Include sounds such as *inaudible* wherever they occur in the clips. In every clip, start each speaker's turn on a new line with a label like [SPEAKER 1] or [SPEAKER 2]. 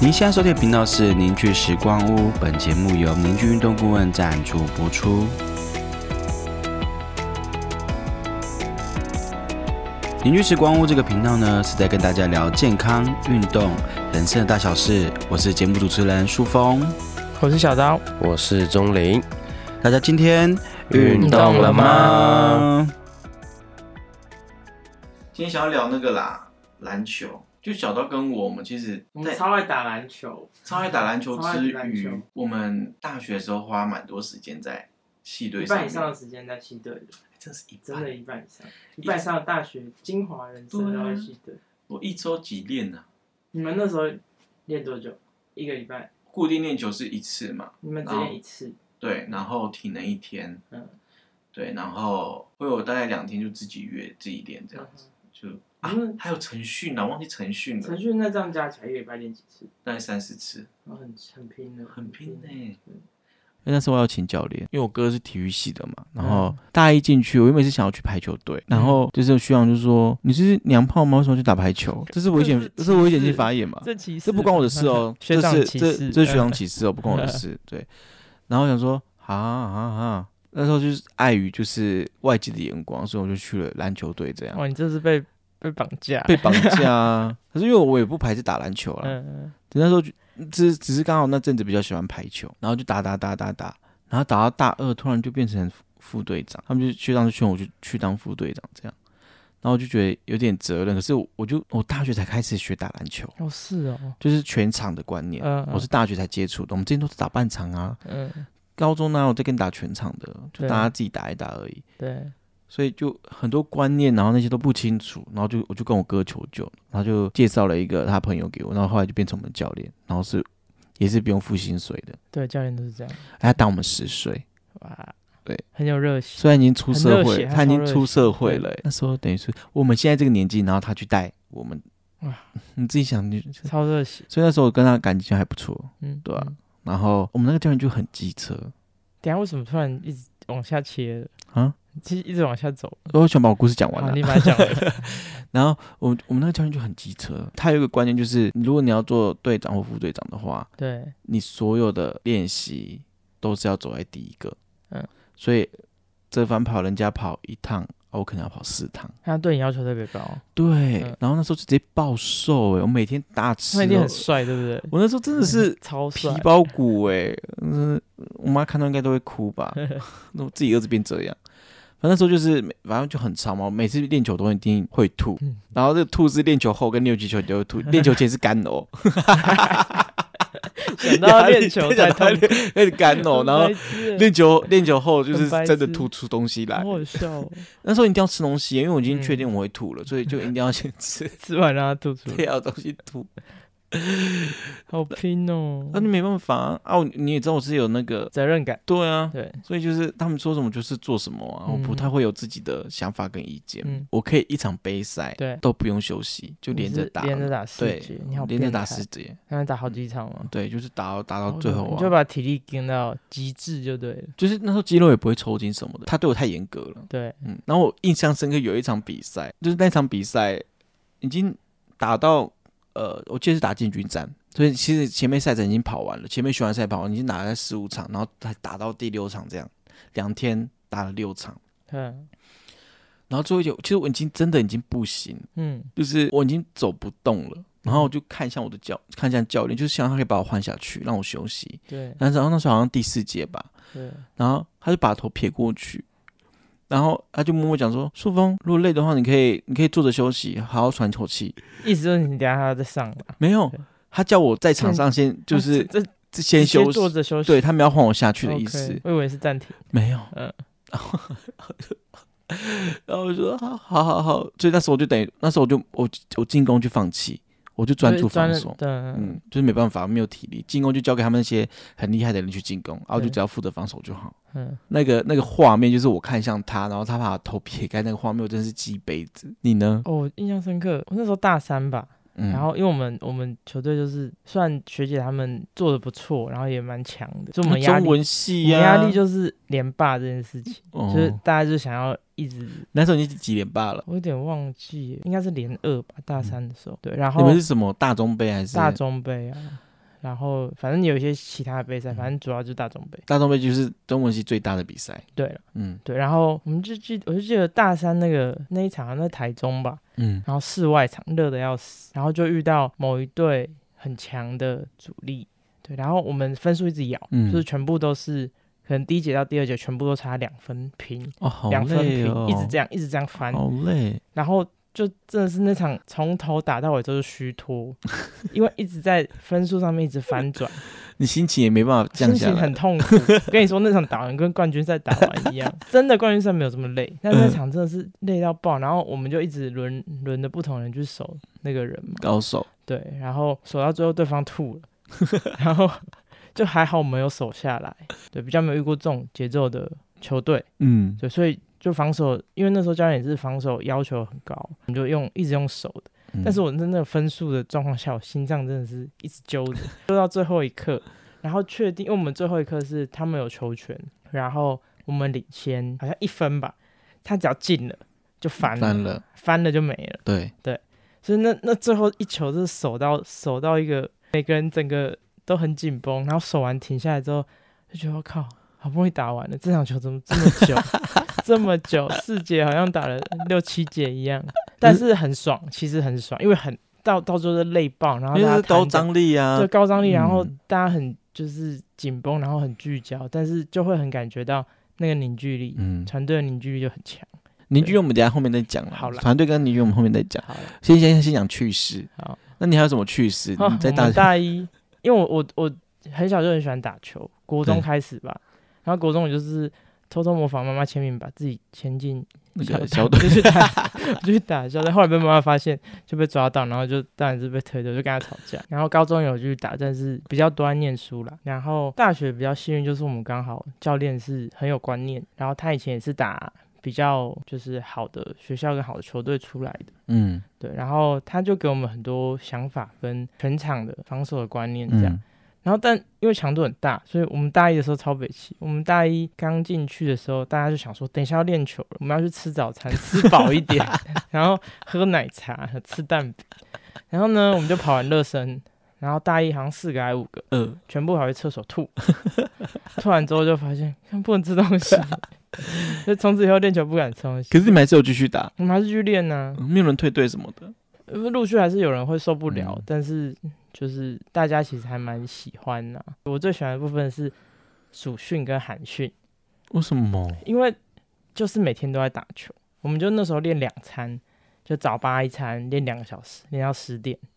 [SPEAKER 1] 您现在收听的频道是《凝聚时光屋》，本节目由凝聚运动顾问赞助播出。凝聚时光屋这个频道呢，是在跟大家聊健康、运动、人生的大小事。我是节目主持人舒峰，
[SPEAKER 2] 我是小刀，
[SPEAKER 3] 我是钟林，
[SPEAKER 1] 大家今天
[SPEAKER 3] 运动了吗？
[SPEAKER 1] 今天想要聊那个啦，篮球。就小到跟我，我们其实
[SPEAKER 2] 我们
[SPEAKER 1] 在
[SPEAKER 2] 超爱打篮球，
[SPEAKER 1] 超爱打篮球
[SPEAKER 2] 超爱
[SPEAKER 1] 之
[SPEAKER 2] 打篮
[SPEAKER 1] 余
[SPEAKER 2] 球，
[SPEAKER 1] 我们大学的时候花蛮多时间在系队
[SPEAKER 2] 一
[SPEAKER 1] 上
[SPEAKER 2] 半以
[SPEAKER 1] 面，哎
[SPEAKER 2] 上的时间在系队的，
[SPEAKER 1] 真是一
[SPEAKER 2] 真
[SPEAKER 1] 半
[SPEAKER 2] 的，一半以上，一半以上的大学精华人生
[SPEAKER 1] 对啊
[SPEAKER 2] 都在系队。
[SPEAKER 1] 我一周几练啊呢、
[SPEAKER 2] 你们那时候练多久？一个礼拜？
[SPEAKER 1] 固定练球是一次嘛，
[SPEAKER 2] 你们只练一次？
[SPEAKER 1] 对，然后体能一天，
[SPEAKER 2] 嗯
[SPEAKER 1] 对，然后会有大概两天就自己约自己练
[SPEAKER 4] 哦
[SPEAKER 1] 这样子，就啊
[SPEAKER 2] 嗯，
[SPEAKER 1] 还有晨训呢，忘记晨训
[SPEAKER 2] 程
[SPEAKER 1] 了，
[SPEAKER 2] 序那这样加起来一个礼拜练几次？
[SPEAKER 1] 大概三四次，
[SPEAKER 2] 然后很很拼的，
[SPEAKER 1] 很拼
[SPEAKER 2] 的。
[SPEAKER 1] 呢、
[SPEAKER 2] 嗯
[SPEAKER 4] 那时候我要请教练，因为我哥是体育系的嘛。然后大一进去，我原本是想要去排球队，然后就是徐阳就说：“你是娘炮吗？为什么要去打排球？这是危险，这是危险性发言嘛？
[SPEAKER 5] 这歧视，
[SPEAKER 4] 这不关我的事 *laughs* 哦，
[SPEAKER 5] 学
[SPEAKER 4] 这
[SPEAKER 5] 长
[SPEAKER 4] 是
[SPEAKER 5] 歧
[SPEAKER 4] 这
[SPEAKER 5] 视
[SPEAKER 4] 这是学长歧视哦，不关我的事。”对。然后我想说啊啊啊！那时候就是碍于就是外界的眼光，所以我就去了篮球队，这样
[SPEAKER 5] 哇，你这是被被绑架，
[SPEAKER 4] 被绑架啊。可是因为我也不排斥打篮球啊啦，
[SPEAKER 5] 嗯，
[SPEAKER 4] 只那时候就只只是刚好那阵子比较喜欢排球，然后就打打打打打，然后打到大二突然就变成副副队长，他们就学长就劝我去去当副队长这样，然后我就觉得有点责任，可是我我就我大学才开始学打篮球，
[SPEAKER 5] 哦是哦，
[SPEAKER 4] 就是全场的观念，
[SPEAKER 5] 嗯，
[SPEAKER 4] 我是大学才接触的，我们之前都是打半场啊，
[SPEAKER 5] 嗯
[SPEAKER 4] 高中哪有在跟你打全场的，就
[SPEAKER 5] 对
[SPEAKER 4] 大家自己打一打而已。
[SPEAKER 5] 对，
[SPEAKER 4] 所以就很多观念，然后那些都不清楚，然后就我就跟我哥求救，他就介绍了一个他朋友给我，然后后来就变成我们教练，然后是也是不用付薪水的，
[SPEAKER 5] 对，教练都是这样，
[SPEAKER 4] 哎他当我们十岁，
[SPEAKER 5] 哇，
[SPEAKER 4] 对，
[SPEAKER 5] 很有热血，
[SPEAKER 4] 虽然已经出社
[SPEAKER 5] 很热
[SPEAKER 4] 会，
[SPEAKER 5] 血他
[SPEAKER 4] 他已经
[SPEAKER 5] 超热血
[SPEAKER 4] 出社会了、哎那时候等于是我们现在这个年纪，然后他去带我们
[SPEAKER 5] 哇，
[SPEAKER 4] 你自己想，你
[SPEAKER 5] 超热血，
[SPEAKER 4] 所以那时候我跟他感情还不错，
[SPEAKER 5] 嗯，
[SPEAKER 4] 对啊
[SPEAKER 5] 嗯
[SPEAKER 4] 然后我们那个教练就很机车
[SPEAKER 5] 等一下为什么突然一直往下切了？
[SPEAKER 4] 啊，
[SPEAKER 5] 其实一直往下走，
[SPEAKER 4] 我想把我故事讲完
[SPEAKER 5] 好，
[SPEAKER 4] 了，
[SPEAKER 5] 你把它讲
[SPEAKER 4] *laughs*
[SPEAKER 5] 完，
[SPEAKER 4] 然后我我们那个教练就很机车，他有一个观念就是，如果你要做队长或副队长的话，
[SPEAKER 5] 对，
[SPEAKER 4] 你所有的练习都是要走在第一个，
[SPEAKER 5] 嗯，
[SPEAKER 4] 所以这番跑人家跑一趟，啊我可能要跑四趟，
[SPEAKER 5] 他对你要求特别高，
[SPEAKER 4] 对，
[SPEAKER 5] 嗯
[SPEAKER 4] 然后那时候就直接暴瘦哎、我每天大吃肉，
[SPEAKER 5] 他一定很帅，对不对？
[SPEAKER 4] 我那时候真的是
[SPEAKER 5] 超
[SPEAKER 4] 皮
[SPEAKER 5] 帅，
[SPEAKER 4] 包骨哎、嗯，我妈看到应该都会哭吧，
[SPEAKER 5] *laughs*
[SPEAKER 4] 那我自己儿子变这样。反正那时候就是每，反正就很长嘛。我每次练球都一定会吐，
[SPEAKER 5] 嗯
[SPEAKER 4] 然后这个吐是练球后跟练球前都会
[SPEAKER 5] *laughs*
[SPEAKER 4] 吐，练球前是干呕，
[SPEAKER 5] 想到练球
[SPEAKER 4] *laughs*
[SPEAKER 5] 在痛苦，
[SPEAKER 4] 开始干呕，然后
[SPEAKER 5] 很白痴耶
[SPEAKER 4] 练球练球后就是
[SPEAKER 5] 很白痴
[SPEAKER 4] 真的吐出东西来
[SPEAKER 5] 好。好笑哦，
[SPEAKER 4] 那时候一定要吃东西，因为我已经确定我会
[SPEAKER 5] *laughs*
[SPEAKER 4] 吐了，所以就一定要先吃
[SPEAKER 5] 吃完让他吐
[SPEAKER 4] *laughs*
[SPEAKER 5] 出
[SPEAKER 4] 对
[SPEAKER 5] 来，
[SPEAKER 4] 啊东西吐。
[SPEAKER 5] 好拼哦
[SPEAKER 4] 那、，你没办法啊，啊我你也知道我是有那个，
[SPEAKER 5] 责任感，
[SPEAKER 4] 对啊，
[SPEAKER 5] 对，
[SPEAKER 4] 所以就是他们说什么就是做什么啊，
[SPEAKER 5] 嗯
[SPEAKER 4] 我不太会有自己的想法跟意见，
[SPEAKER 5] 嗯
[SPEAKER 4] 我可以一场杯赛
[SPEAKER 5] 对
[SPEAKER 4] 都不用休息，就连着打，
[SPEAKER 5] 你是连着打四
[SPEAKER 4] 对
[SPEAKER 5] 局，你好，
[SPEAKER 4] 连着打十，节，
[SPEAKER 5] 那你打好几场吗？
[SPEAKER 4] 对，就是打到打到最后
[SPEAKER 5] 哦你
[SPEAKER 4] 啊，
[SPEAKER 5] 就把体力跟到极致就对了。
[SPEAKER 4] 就是那时候肌肉也不会抽筋什么的，他对我太严格了，
[SPEAKER 5] 对，
[SPEAKER 4] 嗯，然后我印象深刻有一场比赛，就是那场比赛已经打到呃，我记得是打进军战。所以其实前面赛程已经跑完了，前面循环赛跑完，已经打了十五场，然后还打到第六场这样，两天打了六场，
[SPEAKER 5] 嗯
[SPEAKER 4] 然后最后一节，其实我已经真的已经不行，
[SPEAKER 5] 嗯，
[SPEAKER 4] 就是我已经走不动了。然后我就看向我的教，看向教练，就是希望他可以把我换下去，让我休息。
[SPEAKER 5] 对
[SPEAKER 4] 但是然后那时候好像第四节吧，
[SPEAKER 5] 对，
[SPEAKER 4] 然后他就把头撇过去，然后他就默默讲说：“树峰，如果累的话，你可以你可以坐着休息，好好喘口气。
[SPEAKER 5] 意思就是你等一下还要再上嘛，”
[SPEAKER 4] 没有
[SPEAKER 5] 对，
[SPEAKER 4] 他叫我在场上先就
[SPEAKER 5] 啊 *laughs*
[SPEAKER 4] 是
[SPEAKER 5] 这这
[SPEAKER 4] 先休
[SPEAKER 5] 坐
[SPEAKER 4] 息，
[SPEAKER 5] 着休息，
[SPEAKER 4] 对他们要换我下去的意
[SPEAKER 5] OK，
[SPEAKER 4] 思。
[SPEAKER 5] 我以为是暂停，
[SPEAKER 4] 没有，
[SPEAKER 5] 嗯
[SPEAKER 4] 然后 *laughs* 然后我就说好好好好，所以那时候我就等于那时候我就我我进攻就放弃，我就专注放
[SPEAKER 5] 就是
[SPEAKER 4] 松，
[SPEAKER 5] 对，
[SPEAKER 4] 嗯
[SPEAKER 5] 嗯，，
[SPEAKER 4] 就是没办法，没有体力，进攻就交给他们那些很厉害的人去进攻，然后我就
[SPEAKER 5] 对
[SPEAKER 4] 只要负责防守就好。
[SPEAKER 5] 嗯
[SPEAKER 4] 那个那个画面就是我看向他，然后他把头撇开那个画面，我真是鸡杯子。你呢？
[SPEAKER 5] 哦，我印象深刻，我那时候大三吧，
[SPEAKER 4] 嗯，
[SPEAKER 5] 然后因为我们我们球队就是虽然学姐他们做的不错，然后也蛮强的，就我们压
[SPEAKER 4] 中
[SPEAKER 5] 力，
[SPEAKER 4] 文
[SPEAKER 5] 我
[SPEAKER 4] 系
[SPEAKER 5] 们
[SPEAKER 4] 呀、
[SPEAKER 5] 压力就是连霸这件事情，
[SPEAKER 4] 哦
[SPEAKER 5] 就是大家就想要一直，
[SPEAKER 4] 那时候已经几连霸了？
[SPEAKER 5] 我有点忘记，应该是连二吧，大三的时候，对，然
[SPEAKER 4] 嗯你
[SPEAKER 5] 后
[SPEAKER 4] 们是什么大中杯还是
[SPEAKER 5] 大中杯啊，然后反正有一些其他的杯赛，
[SPEAKER 4] 嗯
[SPEAKER 5] 反正主要就是大中杯。
[SPEAKER 4] 大众杯就是中文系最大的比赛。
[SPEAKER 5] 对了，
[SPEAKER 4] 嗯
[SPEAKER 5] 对，然后我们就记，我就记得大三那个那一场，啊那台中吧，
[SPEAKER 4] 嗯，
[SPEAKER 5] 然后室外场热的要死，然后就遇到某一队很强的主力，对，然后我们分数一直咬，
[SPEAKER 4] 嗯
[SPEAKER 5] 就是全部都是可能第一节到第二节全部都差两分平，
[SPEAKER 4] 哦，好
[SPEAKER 5] 两、分
[SPEAKER 4] 累
[SPEAKER 5] 平、
[SPEAKER 4] 哦，
[SPEAKER 5] 一直这样一直这样翻，
[SPEAKER 4] 好累。
[SPEAKER 5] 然后就真的是那场从头打到尾都是虚
[SPEAKER 4] *laughs*
[SPEAKER 5] 脱，因为一直在分数上面一直翻转，
[SPEAKER 4] 你心情也没办法降
[SPEAKER 5] 心
[SPEAKER 4] 下
[SPEAKER 5] 情
[SPEAKER 4] 来
[SPEAKER 5] 很。痛苦。跟你说那场打完跟冠军赛打完一样，
[SPEAKER 4] *laughs*
[SPEAKER 5] 真的冠军赛没有这么累，但
[SPEAKER 4] 嗯
[SPEAKER 5] 那场真的是累到爆。然后我们就一直轮轮着不同人去守那个人嘛，
[SPEAKER 4] 高手，
[SPEAKER 5] 对，然后守到最后对方
[SPEAKER 4] *laughs*
[SPEAKER 5] 吐了，然后就还好我们有守下来，对，比较没有遇过这种节奏的球队。
[SPEAKER 4] 嗯，
[SPEAKER 5] 对，所以就防守，因为那时候教练也是防守要求很高，我们就用一直用手的。但是
[SPEAKER 4] 我
[SPEAKER 5] 我真的分数的状况下，我心脏真的是一直揪着， *laughs* 揪到最后一刻，然后确定，因为我们最后一刻是他们有球权，然后我们领先，好像一分吧，他只要进了就翻了，
[SPEAKER 4] 翻了，
[SPEAKER 5] 翻了就没了。
[SPEAKER 4] 对，
[SPEAKER 5] 所以那那最后一球就是守到守到一个每个人整个都很紧绷，然后守完停下来之后就觉得我哦靠，好不容易打完了，这场球怎么这么久这么久，四节好像打了六七节一样，但是很爽，其实很爽，因为很到到最后是累爆，然后
[SPEAKER 4] 因
[SPEAKER 5] 大家
[SPEAKER 4] 为是高
[SPEAKER 5] 弹得
[SPEAKER 4] 张力啊
[SPEAKER 5] 对，高张力，然后
[SPEAKER 4] 嗯
[SPEAKER 5] 大家很就是紧绷，然后很聚焦，但是就会很感觉到那个凝聚力，
[SPEAKER 4] 嗯，
[SPEAKER 5] 团队的凝聚力就很强。
[SPEAKER 4] 凝聚力我们等一下后面再讲啦
[SPEAKER 5] 好啦
[SPEAKER 4] 团队跟凝聚力我们后面再讲，
[SPEAKER 5] 好了，
[SPEAKER 4] 先先先讲趣事。
[SPEAKER 5] 好，
[SPEAKER 4] 那你还有什么趣事？
[SPEAKER 5] 啊
[SPEAKER 4] 你在
[SPEAKER 5] 我
[SPEAKER 4] 大
[SPEAKER 5] 们大一，因为我我我很小就很喜欢打球，国中
[SPEAKER 4] 对
[SPEAKER 5] 开始吧，然后国中我就是偷偷模仿妈妈签名，把自己签进
[SPEAKER 4] 那
[SPEAKER 5] 校
[SPEAKER 4] 个
[SPEAKER 5] 小
[SPEAKER 4] 小队
[SPEAKER 5] 就去打，
[SPEAKER 4] *laughs*
[SPEAKER 5] 就去打校队。后来被妈妈发现，就被抓到，然后就当然是被推的，就跟他吵架。然后高中有去打，但是比较多在念书啦。然后大学比较幸运，就是我们刚好教练是很有观念，然后他以前也是打比较就是好的学校跟好的球队出来的。
[SPEAKER 4] 嗯，
[SPEAKER 5] 对，然后他就给我们很多想法跟全场的防守的观念这
[SPEAKER 4] 嗯
[SPEAKER 5] 样。然后但因为强度很大，所以我们大一的时候超北齐。我们大一刚进去的时候，大家就想说，等一下要练球了，我们要去吃早餐，吃饱一
[SPEAKER 4] *laughs*
[SPEAKER 5] 点，然后喝奶茶，吃蛋饼。然后呢，我们就跑完热身，然后大一好像四个还是五个，
[SPEAKER 4] 呃，
[SPEAKER 5] 全部跑去厕所吐。 *laughs* 吐完之后就发现，看不能吃东
[SPEAKER 4] *laughs*
[SPEAKER 5] 西，就从此以后练球不敢吃东西。
[SPEAKER 4] 可是你们还是有继续打，
[SPEAKER 5] 我们还是去练啊呢、
[SPEAKER 4] 没有人退队什么的。
[SPEAKER 5] 因为陆续还是有人会受不了，
[SPEAKER 4] 嗯
[SPEAKER 5] 但是就是大家其实还蛮喜欢呐、我最喜欢的部分是暑训跟寒训，
[SPEAKER 4] 为什么？
[SPEAKER 5] 因为就是每天都在打球，我们就那时候练两餐，就早八一餐，练两个小时，练到十点，
[SPEAKER 4] 嗯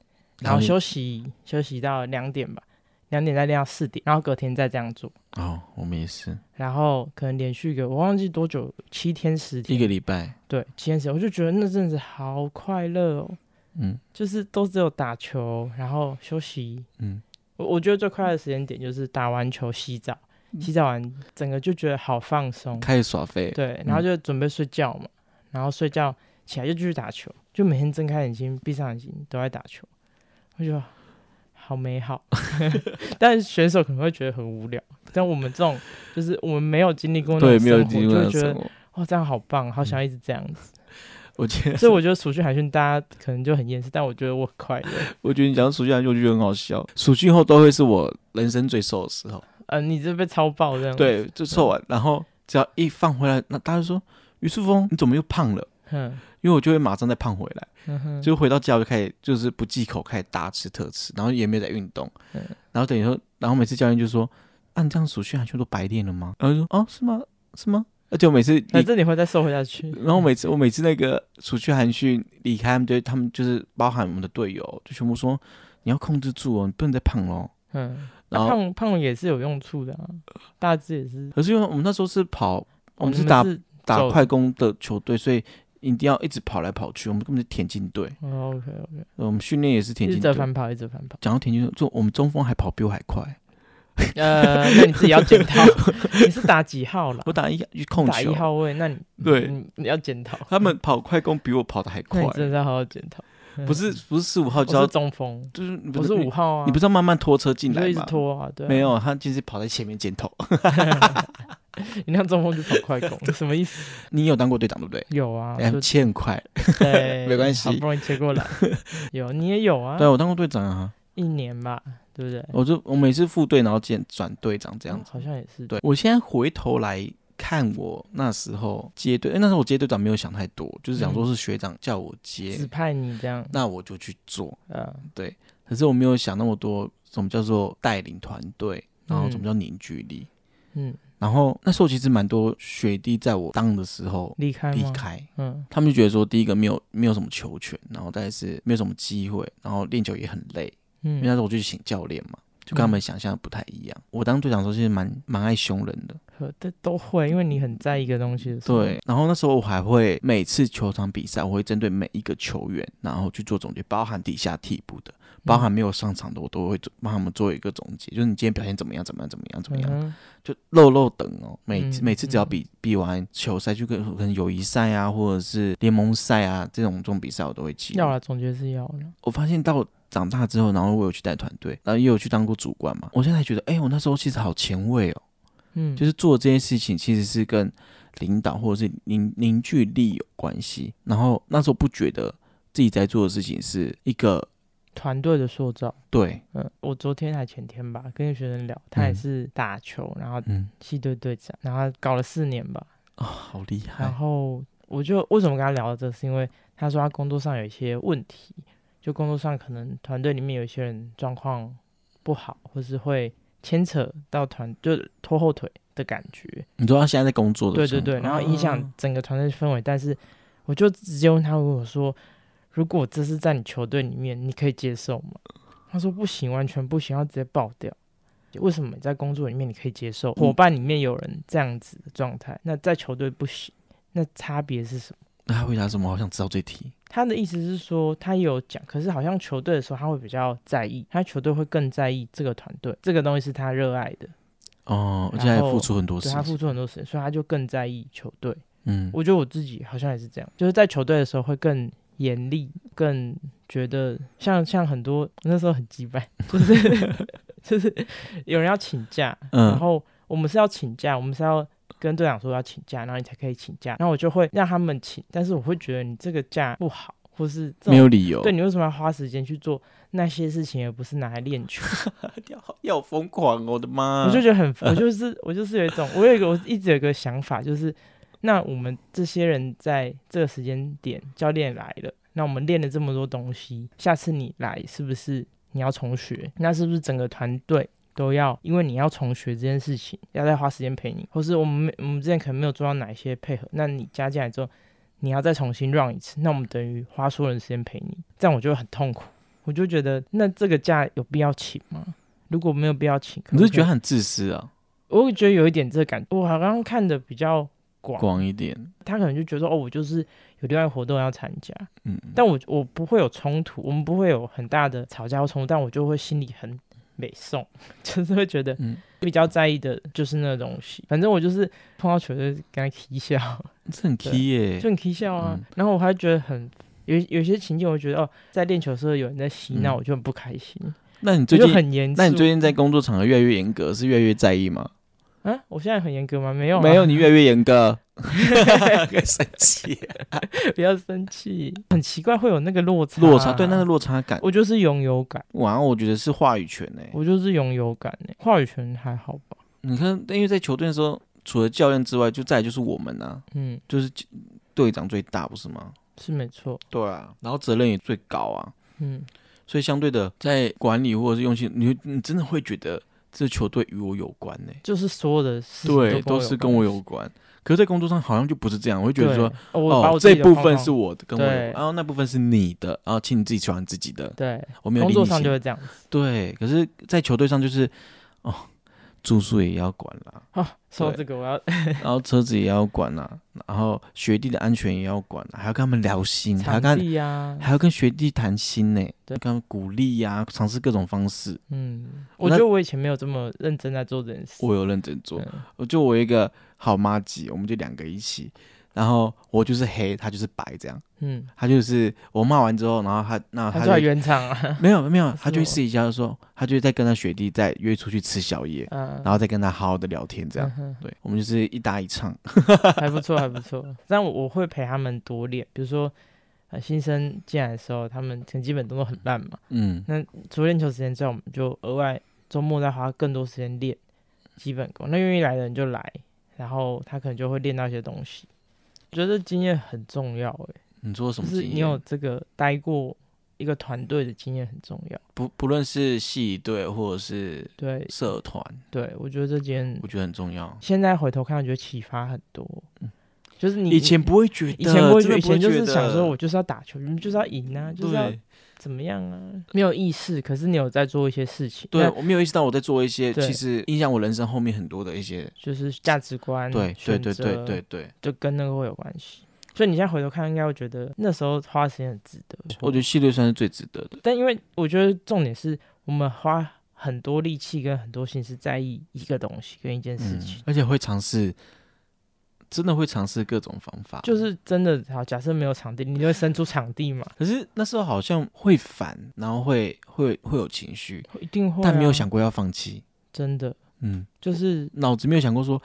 [SPEAKER 5] 然后
[SPEAKER 4] 你
[SPEAKER 5] 休息休息到两点吧，两点再练到四点，然后隔天再这样做，
[SPEAKER 4] 哦，我们也是
[SPEAKER 5] 然后可能连续个我忘记多久，七天十
[SPEAKER 4] 一
[SPEAKER 5] 天，
[SPEAKER 4] 个礼拜，
[SPEAKER 5] 对七天十天，我就觉得那阵子好快乐哦。
[SPEAKER 4] 嗯
[SPEAKER 5] 就是都只有打球，然后休息。
[SPEAKER 4] 嗯，
[SPEAKER 5] 我我觉得最快乐的时间点就是打完球洗澡，洗澡完整个就觉得好放松。
[SPEAKER 4] 嗯开始嗯耍废。
[SPEAKER 5] 对，然后就准备睡觉嘛，然后睡觉起来就继续打球，就每天睁开眼睛、闭上眼睛都在打球，我觉得好美
[SPEAKER 4] *laughs*
[SPEAKER 5] 好。但选手可能会觉得很无聊，但我们这种就是我们没有经历过那种
[SPEAKER 4] 对，没有
[SPEAKER 5] 生活
[SPEAKER 4] 经历
[SPEAKER 5] 就
[SPEAKER 4] 过
[SPEAKER 5] 会觉
[SPEAKER 4] 什
[SPEAKER 5] 得
[SPEAKER 4] 么。
[SPEAKER 5] 哇，这样好棒，好
[SPEAKER 4] 嗯
[SPEAKER 5] 想要一直这样子。
[SPEAKER 4] 我觉得，
[SPEAKER 5] 所以我觉得暑训海训大家可能就很厌世，但我觉得我很快乐。
[SPEAKER 4] 我觉得你讲到暑假，我觉得很好笑。暑训后都会是我人生最瘦的时候，
[SPEAKER 5] 呃，你这被超爆这样。，
[SPEAKER 4] 对，就瘦
[SPEAKER 5] 嗯
[SPEAKER 4] 完，然后只要一放回来，那大家就说：“于树峰，你怎么又胖了
[SPEAKER 5] 嗯，？”
[SPEAKER 4] 因为我就会马上再胖回来，
[SPEAKER 5] 嗯哼
[SPEAKER 4] 就回到家我就开始就是不忌口，开始大吃特吃，然后也没有在运动
[SPEAKER 5] 嗯，
[SPEAKER 4] 然后等于说，然后每次教练就说：“啊，你这样暑训还全部都白练了吗？”然后就说：“哦，是吗？是吗？”而且我每次
[SPEAKER 5] 反正你会再瘦回下去。
[SPEAKER 4] 然后每次我每次那个暑期寒训离开，他们就他们就是包含我们的队友，就全部说你要控制住哦，你不能再胖了哦。
[SPEAKER 5] 嗯，
[SPEAKER 4] 然
[SPEAKER 5] 啊
[SPEAKER 4] 后
[SPEAKER 5] 胖胖也是有用处的啊，大致也是。
[SPEAKER 4] 可是因为我们那时候是跑，我
[SPEAKER 5] 哦
[SPEAKER 4] 们
[SPEAKER 5] 你
[SPEAKER 4] 是打
[SPEAKER 5] 是
[SPEAKER 4] 打
[SPEAKER 5] 走
[SPEAKER 4] 快攻的球队，所以一定要一直跑来跑去，我们根本是田径队，
[SPEAKER 5] 哦，OK OK，
[SPEAKER 4] 我们训练也是田
[SPEAKER 5] 一
[SPEAKER 4] 径
[SPEAKER 5] 直在
[SPEAKER 4] 队。。
[SPEAKER 5] 翻跑，一直翻跑
[SPEAKER 4] 讲到田径队，就我们中锋还跑比我还快，
[SPEAKER 5] 呃，那你自己要检
[SPEAKER 4] *laughs*
[SPEAKER 5] 讨，你是打几号啦？
[SPEAKER 4] 我打一一控
[SPEAKER 5] 打一
[SPEAKER 4] 球，
[SPEAKER 5] 号位，那你
[SPEAKER 4] 对
[SPEAKER 5] 你你要检讨。
[SPEAKER 4] 他们跑快攻比我跑的还
[SPEAKER 5] 那
[SPEAKER 4] 快
[SPEAKER 5] 你，真的是要好好检讨。嗯
[SPEAKER 4] 不是不是四五号
[SPEAKER 5] 我
[SPEAKER 4] 就要
[SPEAKER 5] 是中锋，
[SPEAKER 4] 就是你不
[SPEAKER 5] 我是
[SPEAKER 4] 你
[SPEAKER 5] 五号啊。
[SPEAKER 4] 你不是要慢慢拖车进
[SPEAKER 5] 你就
[SPEAKER 4] 来
[SPEAKER 5] 一直
[SPEAKER 4] 吗？
[SPEAKER 5] 拖啊？对啊，
[SPEAKER 4] 没有，他就是跑在前面捡头。
[SPEAKER 5] *laughs*
[SPEAKER 4] *laughs*
[SPEAKER 5] 你让中锋去跑快攻，什么意思？
[SPEAKER 4] 你有当过队长对不对？
[SPEAKER 5] 有啊，
[SPEAKER 4] 哎，
[SPEAKER 5] 就
[SPEAKER 4] 切很快。 *laughs*
[SPEAKER 5] 对，
[SPEAKER 4] 没关系 *laughs*
[SPEAKER 5] 好不容易切过来。有你也有啊
[SPEAKER 4] 对，，我当过队长啊，
[SPEAKER 5] 一年吧，对不对？
[SPEAKER 4] 我就我每次副队，然后见转队长这样子。
[SPEAKER 5] 好像也是。
[SPEAKER 4] 对我现在回头来看我那时候接队，哎、那时候我接队长没有想太多，就是
[SPEAKER 5] 嗯
[SPEAKER 4] 想说是学长叫我接，
[SPEAKER 5] 指派你这样，
[SPEAKER 4] 那我就去做。
[SPEAKER 5] 呃，
[SPEAKER 4] 可是我没有想那么多，什么叫做带领团队，然后
[SPEAKER 5] 嗯
[SPEAKER 4] 什么叫凝聚力。
[SPEAKER 5] 嗯，
[SPEAKER 4] 然后那时候其实蛮多学弟在我当的时候
[SPEAKER 5] 离开
[SPEAKER 4] 离
[SPEAKER 5] 吗？
[SPEAKER 4] 开，
[SPEAKER 5] 嗯
[SPEAKER 4] 他们就觉得说，第一个没有没有什么球权，然后再是没有什么机会，然后练球也很累，因为那时
[SPEAKER 5] 嗯，
[SPEAKER 4] 候我就去请教练嘛，就跟他们想象的不太一样。我当队长的时候其实蛮蛮爱凶人的，
[SPEAKER 5] 可这都会，因为你很在意一个东西的时候。
[SPEAKER 4] 对。然后那时候我还会每次球场比赛，我会针对每一个球员，然后去做总结，包含底下替补的，
[SPEAKER 5] 嗯
[SPEAKER 4] 包含没有上场的，我都会做帮他们做一个总结，就是你今天表现怎么样，怎么样，怎么样，怎么样。
[SPEAKER 5] 嗯哼
[SPEAKER 4] 就漏漏等哦，每
[SPEAKER 5] 嗯
[SPEAKER 4] 每次只要比、比完球赛，就跟可能友谊赛啊，或者是联盟赛啊这种这种比赛，我都会记录。
[SPEAKER 5] 要啊了，总觉得是要了。
[SPEAKER 4] 我发现到长大之后，然后我有去带团队，然后也有去当过主管嘛。我现在觉得，哎、我那时候其实好前卫哦，
[SPEAKER 5] 嗯，
[SPEAKER 4] 就是做这件事情其实是跟领导或者是凝凝聚力有关系。然后那时候不觉得自己在做的事情是一个
[SPEAKER 5] 团队的塑造。
[SPEAKER 4] 对，
[SPEAKER 5] 嗯，我昨天还前天吧，跟一个学生聊，他也
[SPEAKER 4] 嗯
[SPEAKER 5] 是打球，然后
[SPEAKER 4] 嗯，
[SPEAKER 5] 系队队长，然后搞了四年吧。
[SPEAKER 4] 啊、好厉
[SPEAKER 5] 然
[SPEAKER 4] 害，
[SPEAKER 5] 后我就为什么跟他聊这，是因为他说他工作上有一些问题，就工作上可能团队里面有一些人状况不好，或是会牵扯到团，就拖后腿的感觉。
[SPEAKER 4] 你知道他现在在工作的
[SPEAKER 5] 对
[SPEAKER 4] 时候
[SPEAKER 5] 对对，然后
[SPEAKER 4] 啊
[SPEAKER 5] 影响整个团队氛围。但是我就直接问他，我说：“如果这是在你球队里面，你可以接受吗？”他说：“不行，完全不行，要直接爆掉。”为什么你在工作里面你可以接受，伙伴里面有人这样子的状态，那在球队不行？那差别是什么？
[SPEAKER 4] 那他回答什么？我好想知道这题。
[SPEAKER 5] 他的意思是说，他也有讲，可是好像球队的时候他会比较在意，他球队会更在意这个团队，这个东西是他热爱的，
[SPEAKER 4] 哦，而
[SPEAKER 5] 然
[SPEAKER 4] 且还
[SPEAKER 5] 后
[SPEAKER 4] 付出很多事
[SPEAKER 5] 对他付
[SPEAKER 4] 情。
[SPEAKER 5] 出很多时间，所以他就更在意球队。
[SPEAKER 4] 嗯，
[SPEAKER 5] 我觉得我自己好像也是这样，就是在球队的时候会更严厉，更觉得像像很多那时候很鸡掰， *laughs* 就是就是有人要请假，然
[SPEAKER 4] 嗯，
[SPEAKER 5] 后我们是要请假，我们是要跟队长说要请假，然后你才可以请假，然后我就会让他们请，但是我会觉得你这个假不好，或是这种
[SPEAKER 4] 没有理由。
[SPEAKER 5] 对你为什么要花时间去做那些事情，而不是拿来练球？
[SPEAKER 4] *laughs* 要疯狂哦，我的妈！
[SPEAKER 5] 我就觉得很，我就是我就是有一种，我有一个我一直有一个想法，就是那我们这些人在这个时间点，教练来了，那我们练了这么多东西，下次你来是不是你要重学？那是不是整个团队？都要，因为你要重学这件事情，要再花时间陪你，或是我们没我们之前可能没有做到哪一些配合，那你加进来之后，你要再重新 run 一次，那我们等于花所有人时间陪你，这样我就会很痛苦，我就觉得那这个假有必要请吗？如果没有必要请，可
[SPEAKER 4] 你是
[SPEAKER 5] 不可
[SPEAKER 4] 觉得
[SPEAKER 5] 以
[SPEAKER 4] 很自私啊？
[SPEAKER 5] 我会觉得有一点这个感觉，我好像看的比较广，
[SPEAKER 4] 广一点，
[SPEAKER 5] 他可能就觉得说哦，我就是有另外活动要参加，
[SPEAKER 4] 嗯，
[SPEAKER 5] 但我我不会有冲突，我们不会有很大的吵架或冲突，但我就会心里很美送， *laughs* 就是会觉得
[SPEAKER 4] 嗯
[SPEAKER 5] 比较在意的就是那个东西。反正我就是碰到球就跟他踢笑，
[SPEAKER 4] 这很 key 耶、
[SPEAKER 5] 就很踢笑啊，
[SPEAKER 4] 嗯
[SPEAKER 5] 然后我还觉得很。有有些情境，我觉得哦，在练球的时候有人在嬉闹，
[SPEAKER 4] 嗯
[SPEAKER 5] 我就很不开心，
[SPEAKER 4] 那你
[SPEAKER 5] 我
[SPEAKER 4] 最
[SPEAKER 5] 就
[SPEAKER 4] 近，
[SPEAKER 5] 很严肃。
[SPEAKER 4] 那你最近在工作场合越来越严格，是越来越在意吗？
[SPEAKER 5] 啊，我现在很严格吗？没有啊、
[SPEAKER 4] 没有，你越来越严格，生气，
[SPEAKER 5] 不要生气，很奇怪会有那个落差，
[SPEAKER 4] 落差，对那个落差感，
[SPEAKER 5] 我就是拥有感，
[SPEAKER 4] 哇，我觉得是话语权呢、
[SPEAKER 5] 我就是拥有感呢、话语权还好吧？
[SPEAKER 4] 你看，因为在球队的时候，除了教练之外，就再来就是我们啊，
[SPEAKER 5] 嗯，
[SPEAKER 4] 就是队长最大，不是吗？
[SPEAKER 5] 是没错，
[SPEAKER 4] 对啊，然后责任也最高啊，
[SPEAKER 5] 嗯，
[SPEAKER 4] 所以相对的，在管理或者是用心，你你真的会觉得这球队与我有关呢、
[SPEAKER 5] 就是所有的事情
[SPEAKER 4] 对，
[SPEAKER 5] 都
[SPEAKER 4] 都是跟我有关。可是，在工作上好像就不是这样，我会觉
[SPEAKER 5] 关系，
[SPEAKER 4] 得说，
[SPEAKER 5] 对，哦我把
[SPEAKER 4] 哦
[SPEAKER 5] 我，自
[SPEAKER 4] 这
[SPEAKER 5] 己的
[SPEAKER 4] 部
[SPEAKER 5] 框
[SPEAKER 4] 分
[SPEAKER 5] 框
[SPEAKER 4] 是我的，跟我有关
[SPEAKER 5] 对
[SPEAKER 4] 然后那部分是你的，然后请你自己喜欢自己的，
[SPEAKER 5] 对，
[SPEAKER 4] 我没有
[SPEAKER 5] 工
[SPEAKER 4] 理
[SPEAKER 5] 作
[SPEAKER 4] 你
[SPEAKER 5] 上
[SPEAKER 4] 行
[SPEAKER 5] 就会这样子
[SPEAKER 4] 对。可是，在球队上就是，哦，住宿也要管啦，
[SPEAKER 5] 啊。说到
[SPEAKER 4] 对嗯
[SPEAKER 5] 这个，我要 *laughs*
[SPEAKER 4] 然后车子也要管啦，然后学弟的安全也要管啦，还要跟他们聊心，还要
[SPEAKER 5] 场
[SPEAKER 4] 跟
[SPEAKER 5] 地啊，
[SPEAKER 4] 还要跟学弟谈心呢，
[SPEAKER 5] 对
[SPEAKER 4] 跟他们鼓励呀、尝试各种方式。 *laughs*
[SPEAKER 5] 嗯，我
[SPEAKER 4] 那
[SPEAKER 5] 觉得我以前没有这么认真在做这件事，
[SPEAKER 4] 我有认真做，
[SPEAKER 5] 嗯
[SPEAKER 4] 我就我有一个好妈吉，我们就两个一起，然后我就是黑，他就是白，这样。
[SPEAKER 5] 嗯，
[SPEAKER 4] 他就是我骂完之后，然后他那
[SPEAKER 5] 他
[SPEAKER 4] 他
[SPEAKER 5] 出来
[SPEAKER 4] 就
[SPEAKER 5] 圆场啊，
[SPEAKER 4] 没有没有，
[SPEAKER 5] 是
[SPEAKER 4] 他就会
[SPEAKER 5] 我
[SPEAKER 4] 私底下就说，他就会再跟他学弟再约出去吃宵夜，
[SPEAKER 5] 嗯，
[SPEAKER 4] 然后再跟他好好的聊天，这样
[SPEAKER 5] 嗯。哼
[SPEAKER 4] 对，我们就是一搭一唱。
[SPEAKER 5] 还不错，还不错。但我我会陪他们多练，比如说呃新生进来的时候，他们可能基本动作很烂嘛，
[SPEAKER 4] 嗯
[SPEAKER 5] 除了练球时间之外，我们就额外周末再花更多时间练基本功。那愿意来的人就来，然后他可能就会练到一些东西。我觉得这经验很重要、欸，
[SPEAKER 4] 你做什
[SPEAKER 5] 就
[SPEAKER 4] 么
[SPEAKER 5] 是
[SPEAKER 4] 经
[SPEAKER 5] 你有
[SPEAKER 4] 验？
[SPEAKER 5] 这个待过一个团队的经验很重要。
[SPEAKER 4] 不不论是系队或者是
[SPEAKER 5] 对
[SPEAKER 4] 社团，
[SPEAKER 5] 对，我觉得这件
[SPEAKER 4] 我觉得很重要。
[SPEAKER 5] 现在回头看，我觉得启发很多。就是你
[SPEAKER 4] 嗯以前不会觉得，
[SPEAKER 5] 以前不会觉
[SPEAKER 4] 真的
[SPEAKER 5] 得，以前就
[SPEAKER 4] 觉
[SPEAKER 5] 是
[SPEAKER 4] 得
[SPEAKER 5] 想说，我就是要打球，你就是要赢啊，就是要
[SPEAKER 4] 对
[SPEAKER 5] 怎么样啊，没有意识。可是你有在做一些事情，
[SPEAKER 4] 对
[SPEAKER 5] 那
[SPEAKER 4] 我没有意识到我在做一些
[SPEAKER 5] 对
[SPEAKER 4] 其实影响我人生后面很多的一些，
[SPEAKER 5] 就是价值观，
[SPEAKER 4] 对对
[SPEAKER 5] 嗯选
[SPEAKER 4] 对对
[SPEAKER 5] 择
[SPEAKER 4] 对对，
[SPEAKER 5] 就跟那个会有关系。所以你现在回头看，应该会觉得那时候花时间很值得。
[SPEAKER 4] 我觉得系队算是最值得的。
[SPEAKER 5] 但因为我觉得重点是我们花很多力气跟很多心思在意一个东西跟一件事
[SPEAKER 4] 嗯
[SPEAKER 5] 情，，
[SPEAKER 4] 而且会尝试，真的会尝试各种方法。
[SPEAKER 5] 就是真的好。假设没有场地，你就会生出场地嘛，
[SPEAKER 4] 可是那时候好像会烦，然后会会会有情绪，
[SPEAKER 5] 一定会、啊。
[SPEAKER 4] 但没有想过要放弃。
[SPEAKER 5] 真的
[SPEAKER 4] 嗯，
[SPEAKER 5] 就是
[SPEAKER 4] 脑子没有想过说，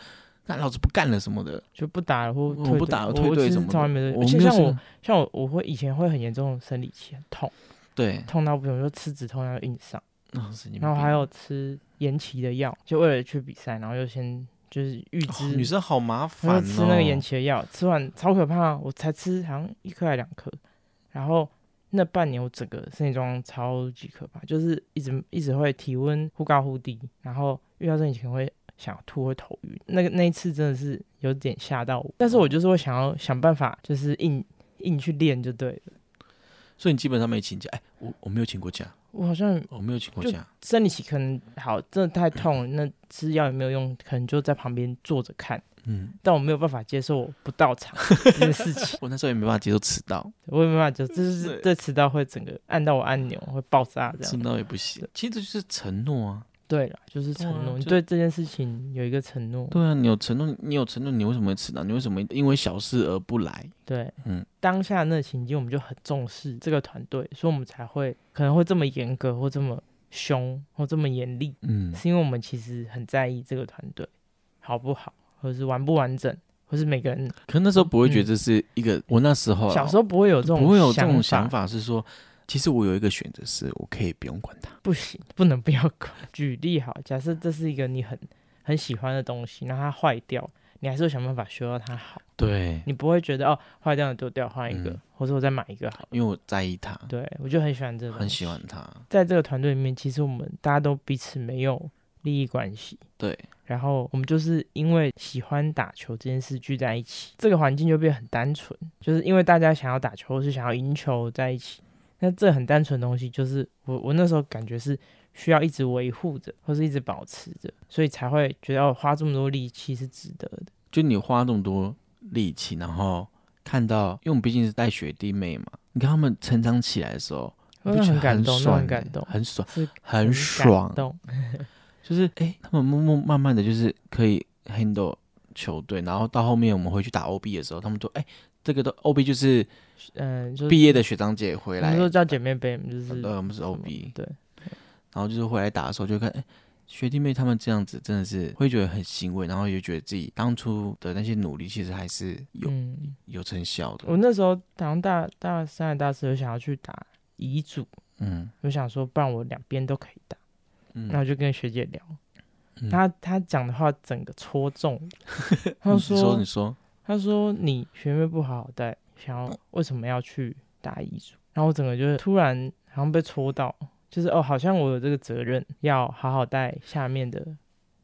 [SPEAKER 4] 那老子不干了什么的，
[SPEAKER 5] 就不打了或退
[SPEAKER 4] 嗯我不打
[SPEAKER 5] 队
[SPEAKER 4] 退
[SPEAKER 5] 我
[SPEAKER 4] 队
[SPEAKER 5] 其实
[SPEAKER 4] 什么的。
[SPEAKER 5] 从来没有。
[SPEAKER 4] 我
[SPEAKER 5] 而且
[SPEAKER 4] 没有
[SPEAKER 5] 像我
[SPEAKER 4] 想
[SPEAKER 5] 像我我会以前会很严重的生理期，很痛
[SPEAKER 4] 对，
[SPEAKER 5] 痛到不行，我就吃止痛药硬上。
[SPEAKER 4] 那是你。
[SPEAKER 5] 然后还有吃延期的药，就为了去比赛，然后又先就是预
[SPEAKER 4] 哦
[SPEAKER 5] 支、
[SPEAKER 4] 女生好麻
[SPEAKER 5] 然
[SPEAKER 4] 烦
[SPEAKER 5] 后
[SPEAKER 4] 哦，
[SPEAKER 5] 吃那个延期的药，吃完超可怕，我才吃好像一颗还两颗，然后那半年我整个身体状况超级可怕，就是一直一直会体温忽高忽低，然后遇到这种情况会想吐会头晕，那个那一次真的是有点吓到我，但是我就是会想要想办法，就是硬硬去练就对了，
[SPEAKER 4] 所以你基本上没请假。哎，我我没有请过假，
[SPEAKER 5] 我好像
[SPEAKER 4] 我没有请过
[SPEAKER 5] 就
[SPEAKER 4] 假。
[SPEAKER 5] 生理期可能好，真的太痛了，那吃药也没有用，可能就在旁边坐着看。
[SPEAKER 4] 嗯，
[SPEAKER 5] 但我没有办法接受我不到场这件事情，
[SPEAKER 4] 我那时候也没办法接受迟到，
[SPEAKER 5] 我也没办法接受，这是这迟到会整个按到我按钮会爆炸这
[SPEAKER 4] 迟
[SPEAKER 5] 样。
[SPEAKER 4] 到也不行。其实这就是承诺啊。
[SPEAKER 5] 对了，就是承
[SPEAKER 4] 对啊
[SPEAKER 5] 诺，
[SPEAKER 4] 就
[SPEAKER 5] 你对这件事情有一个承诺。
[SPEAKER 4] 对啊，你有承诺，你有承诺，你为什么会迟到？你为什么因为小事而不来？
[SPEAKER 5] 对，
[SPEAKER 4] 嗯
[SPEAKER 5] 当下那个情境我们就很重视这个团队，所以我们才会可能会这么严格或这么凶或这么严厉。
[SPEAKER 4] 嗯，
[SPEAKER 5] 是因为我们其实很在意这个团队好不好，或是完不完整，或是每个人
[SPEAKER 4] 可那时候不会觉得这是一个，我那时候啊
[SPEAKER 5] 嗯小时候不会有这种
[SPEAKER 4] 不会有这种
[SPEAKER 5] 想
[SPEAKER 4] 想，法，是说，其实我有一个选择，是我可以不用管他。
[SPEAKER 5] 不行， *laughs* 不能不要管。举例好，假设这是一个你很很喜欢的东西，那它坏掉，你还是会想办法修到它好，
[SPEAKER 4] 对，
[SPEAKER 5] 你不会觉得哦坏掉了丢掉换一个，
[SPEAKER 4] 嗯
[SPEAKER 5] 或者我再买一个好。
[SPEAKER 4] 因为我在意他，
[SPEAKER 5] 对，我就很喜欢这个，
[SPEAKER 4] 很喜欢。他。
[SPEAKER 5] 在这个团队里面，其实我们大家都彼此没有利益关系，
[SPEAKER 4] 对，
[SPEAKER 5] 然后我们就是因为喜欢打球这件事聚在一起，这个环境就变得很单纯，就是因为大家想要打球或是想要赢球在一起。那这很单纯的东西，就是我我那时候感觉是需要一直维护着，或是一直保持着，所以才会觉得哦花这么多力气是值得的。
[SPEAKER 4] 就你花这么多力气，然后看到，因为我们毕竟是带学弟妹嘛，你看他们成长起来的时候，你
[SPEAKER 5] 那
[SPEAKER 4] 不觉
[SPEAKER 5] 哦很
[SPEAKER 4] 得
[SPEAKER 5] 感
[SPEAKER 4] 很
[SPEAKER 5] 动，那
[SPEAKER 4] 爽
[SPEAKER 5] 很
[SPEAKER 4] 欸
[SPEAKER 5] 感动，
[SPEAKER 4] 很爽，
[SPEAKER 5] 是
[SPEAKER 4] 很爽
[SPEAKER 5] 感，动。
[SPEAKER 4] 就是哎、诶他们默默慢慢的就是可以 handle 球队，然后到后面我们回去打 OB 的时候，他们说，哎、这个都 OB 就是
[SPEAKER 5] 嗯，就是
[SPEAKER 4] 毕业的学长姐回
[SPEAKER 5] 我
[SPEAKER 4] 来
[SPEAKER 5] 们，说叫姐妹杯，就是
[SPEAKER 4] 呃，我们是
[SPEAKER 5] 什么
[SPEAKER 4] OB，
[SPEAKER 5] 对，
[SPEAKER 4] 然后就是回来打的时候就看，哎、学弟妹他们这样子真的是会觉得很欣慰，然后也觉得自己当初的那些努力其实还是有、
[SPEAKER 5] 嗯，
[SPEAKER 4] 有成效
[SPEAKER 5] 我
[SPEAKER 4] 的，
[SPEAKER 5] 那时候好像大大三还大四，有想要去打乙组，
[SPEAKER 4] 嗯
[SPEAKER 5] 我想说，不然我两边都可以打，
[SPEAKER 4] 嗯，
[SPEAKER 5] 那我就跟学姐聊，
[SPEAKER 4] 嗯
[SPEAKER 5] 她她讲的话整个戳中我，她
[SPEAKER 4] *laughs* 你说
[SPEAKER 5] 说
[SPEAKER 4] 你说，
[SPEAKER 5] 她说你学妹不好好带，想要为什么要去打乙组？然后我整个就是突然好像被戳到，就是哦，好像我有这个责任要好好带下面的。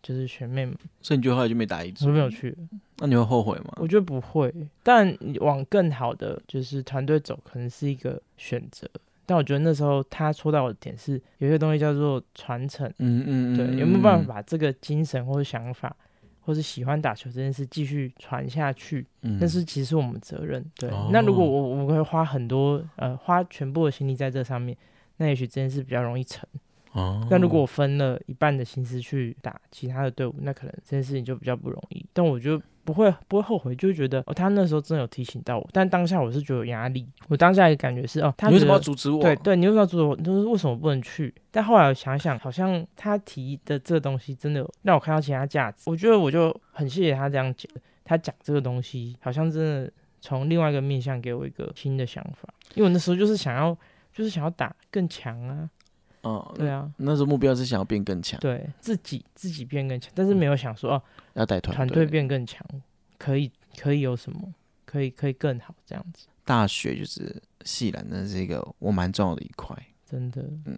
[SPEAKER 5] 就是学妹们，
[SPEAKER 4] 所以你觉得后来就没打一
[SPEAKER 5] 我
[SPEAKER 4] 组
[SPEAKER 5] 说，没有去，
[SPEAKER 4] 那你会后悔吗？
[SPEAKER 5] 我觉得不会，但你往更好的就是团队走，可能是一个选择。但我觉得那时候他戳到我的点是，有些东西叫做传承，
[SPEAKER 4] 嗯嗯嗯，
[SPEAKER 5] 对，有没有办
[SPEAKER 4] 嗯
[SPEAKER 5] 法？把这个精神或者想法，或是喜欢打球这件事继续传下去？
[SPEAKER 4] 嗯
[SPEAKER 5] 那是其实是我们责任。对，
[SPEAKER 4] 哦
[SPEAKER 5] 那如果我我会花很多呃花全部的心力在这上面，那也许这件事比较容易成。
[SPEAKER 4] 哦，
[SPEAKER 5] 那如果我分了一半的心思去打其他的队伍，那可能这件事情就比较不容易。但我觉得不会不会后悔，就会觉得哦，他那时候真的有提醒到我，但当下我是觉得有压力。我当下也感觉是哦，他
[SPEAKER 4] 你为什么要
[SPEAKER 5] 觉得
[SPEAKER 4] 阻止我？
[SPEAKER 5] 对对，你为什么要阻止我？你就是为什么不能去？但后来我想一想，好像他提的这个东西真的有让我看到其他价值。我觉得我就很谢谢他这样讲，他讲这个东西好像真的从另外一个面向给我一个新的想法，因为我那时候就是想要，就是想要打更强啊，
[SPEAKER 4] 哦，
[SPEAKER 5] 对啊，
[SPEAKER 4] 那时候目标是想要变更强，
[SPEAKER 5] 对自己自己变更强，但是没有想说哦，
[SPEAKER 4] 要带团
[SPEAKER 5] 团队变更强，可以可以有什么，可以可以更好这样子，
[SPEAKER 4] 大学就是系篮，那是一个我蛮重要的一块。
[SPEAKER 5] 真的，
[SPEAKER 4] 嗯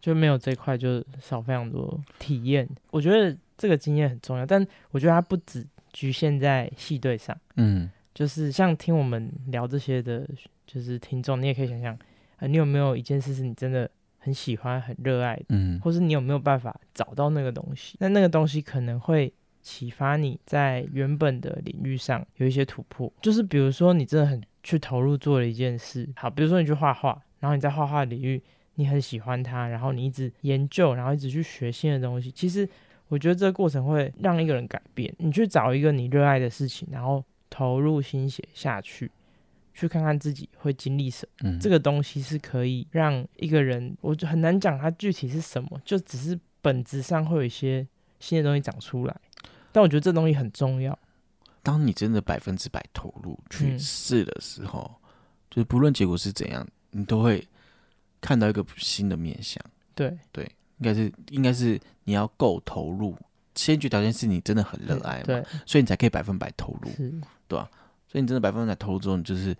[SPEAKER 5] 就没有这块就少非常多体验，我觉得这个经验很重要，但我觉得它不只局限在系队上。
[SPEAKER 4] 嗯，
[SPEAKER 5] 就是像听我们聊这些的，就是听众，你也可以想想，呃，你有没有一件事是你真的很喜欢、很热爱的，
[SPEAKER 4] 嗯
[SPEAKER 5] 或是你有没有办法找到那个东西？那那个东西可能会启发你在原本的领域上有一些突破。就是比如说，你真的很去投入做了一件事，好，比如说你去画画，然后你在画画领域你很喜欢它，然后你一直研究，然后一直去学新的东西，其实。我觉得这个过程会让一个人改变。你去找一个你热爱的事情，然后投入心血下去，去看看自己会经历什么。
[SPEAKER 4] 嗯
[SPEAKER 5] 这个东西是可以让一个人，我就很难讲它具体是什么，就只是本质上会有一些新的东西长出来。但我觉得这东西很重要，
[SPEAKER 4] 当你真的百分之百投入去
[SPEAKER 5] 嗯
[SPEAKER 4] 试的时候，就是不论结果是怎样，你都会看到一个新的面相。
[SPEAKER 5] 对，
[SPEAKER 4] 应该是，应该是你要够投入，先决条件是你真的很热爱嘛，
[SPEAKER 5] 对，
[SPEAKER 4] 所以你才可以百分百投入。
[SPEAKER 5] 是，
[SPEAKER 4] 所以你真的百分百投入之后，你就是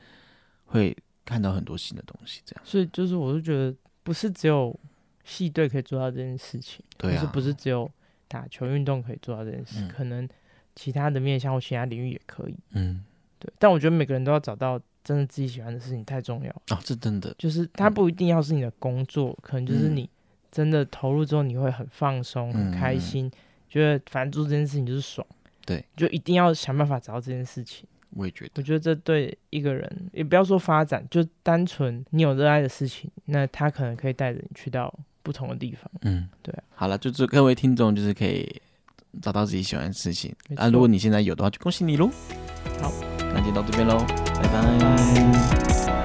[SPEAKER 4] 会看到很多新的东西。这样
[SPEAKER 5] 所以就是我就觉得不是只有戏队可以做到这件事情，
[SPEAKER 4] 对
[SPEAKER 5] 就是
[SPEAKER 4] 啊，
[SPEAKER 5] 不是只有打球运动可以做到这件事，
[SPEAKER 4] 嗯
[SPEAKER 5] 可能其他的面向或其他领域也可以。
[SPEAKER 4] 嗯
[SPEAKER 5] 对，但我觉得每个人都要找到真的自己喜欢的事情太重要了。
[SPEAKER 4] 啊，这真的
[SPEAKER 5] 就是它
[SPEAKER 4] 嗯
[SPEAKER 5] 不一定要是你的工作，可能就是
[SPEAKER 4] 嗯
[SPEAKER 5] 你真的投入之后，你会很放松、很开
[SPEAKER 4] 嗯嗯嗯
[SPEAKER 5] 心，觉得反正做这件事情就是爽。
[SPEAKER 4] 对，
[SPEAKER 5] 就一定要想办法找到这件事情。
[SPEAKER 4] 我也觉得
[SPEAKER 5] 我觉得这对一个人，也不要说发展，就单纯你有热爱的事情，那他可能可以带着你去到不同的地方。
[SPEAKER 4] 嗯，
[SPEAKER 5] 对啊
[SPEAKER 4] 好了，就祝各位听众就是可以找到自己喜欢的事情
[SPEAKER 5] 没
[SPEAKER 4] 啊。如
[SPEAKER 5] 错
[SPEAKER 4] 果你现在有的话，就恭喜你喽。
[SPEAKER 5] 好，
[SPEAKER 4] 那今天到这边喽，拜拜
[SPEAKER 5] 拜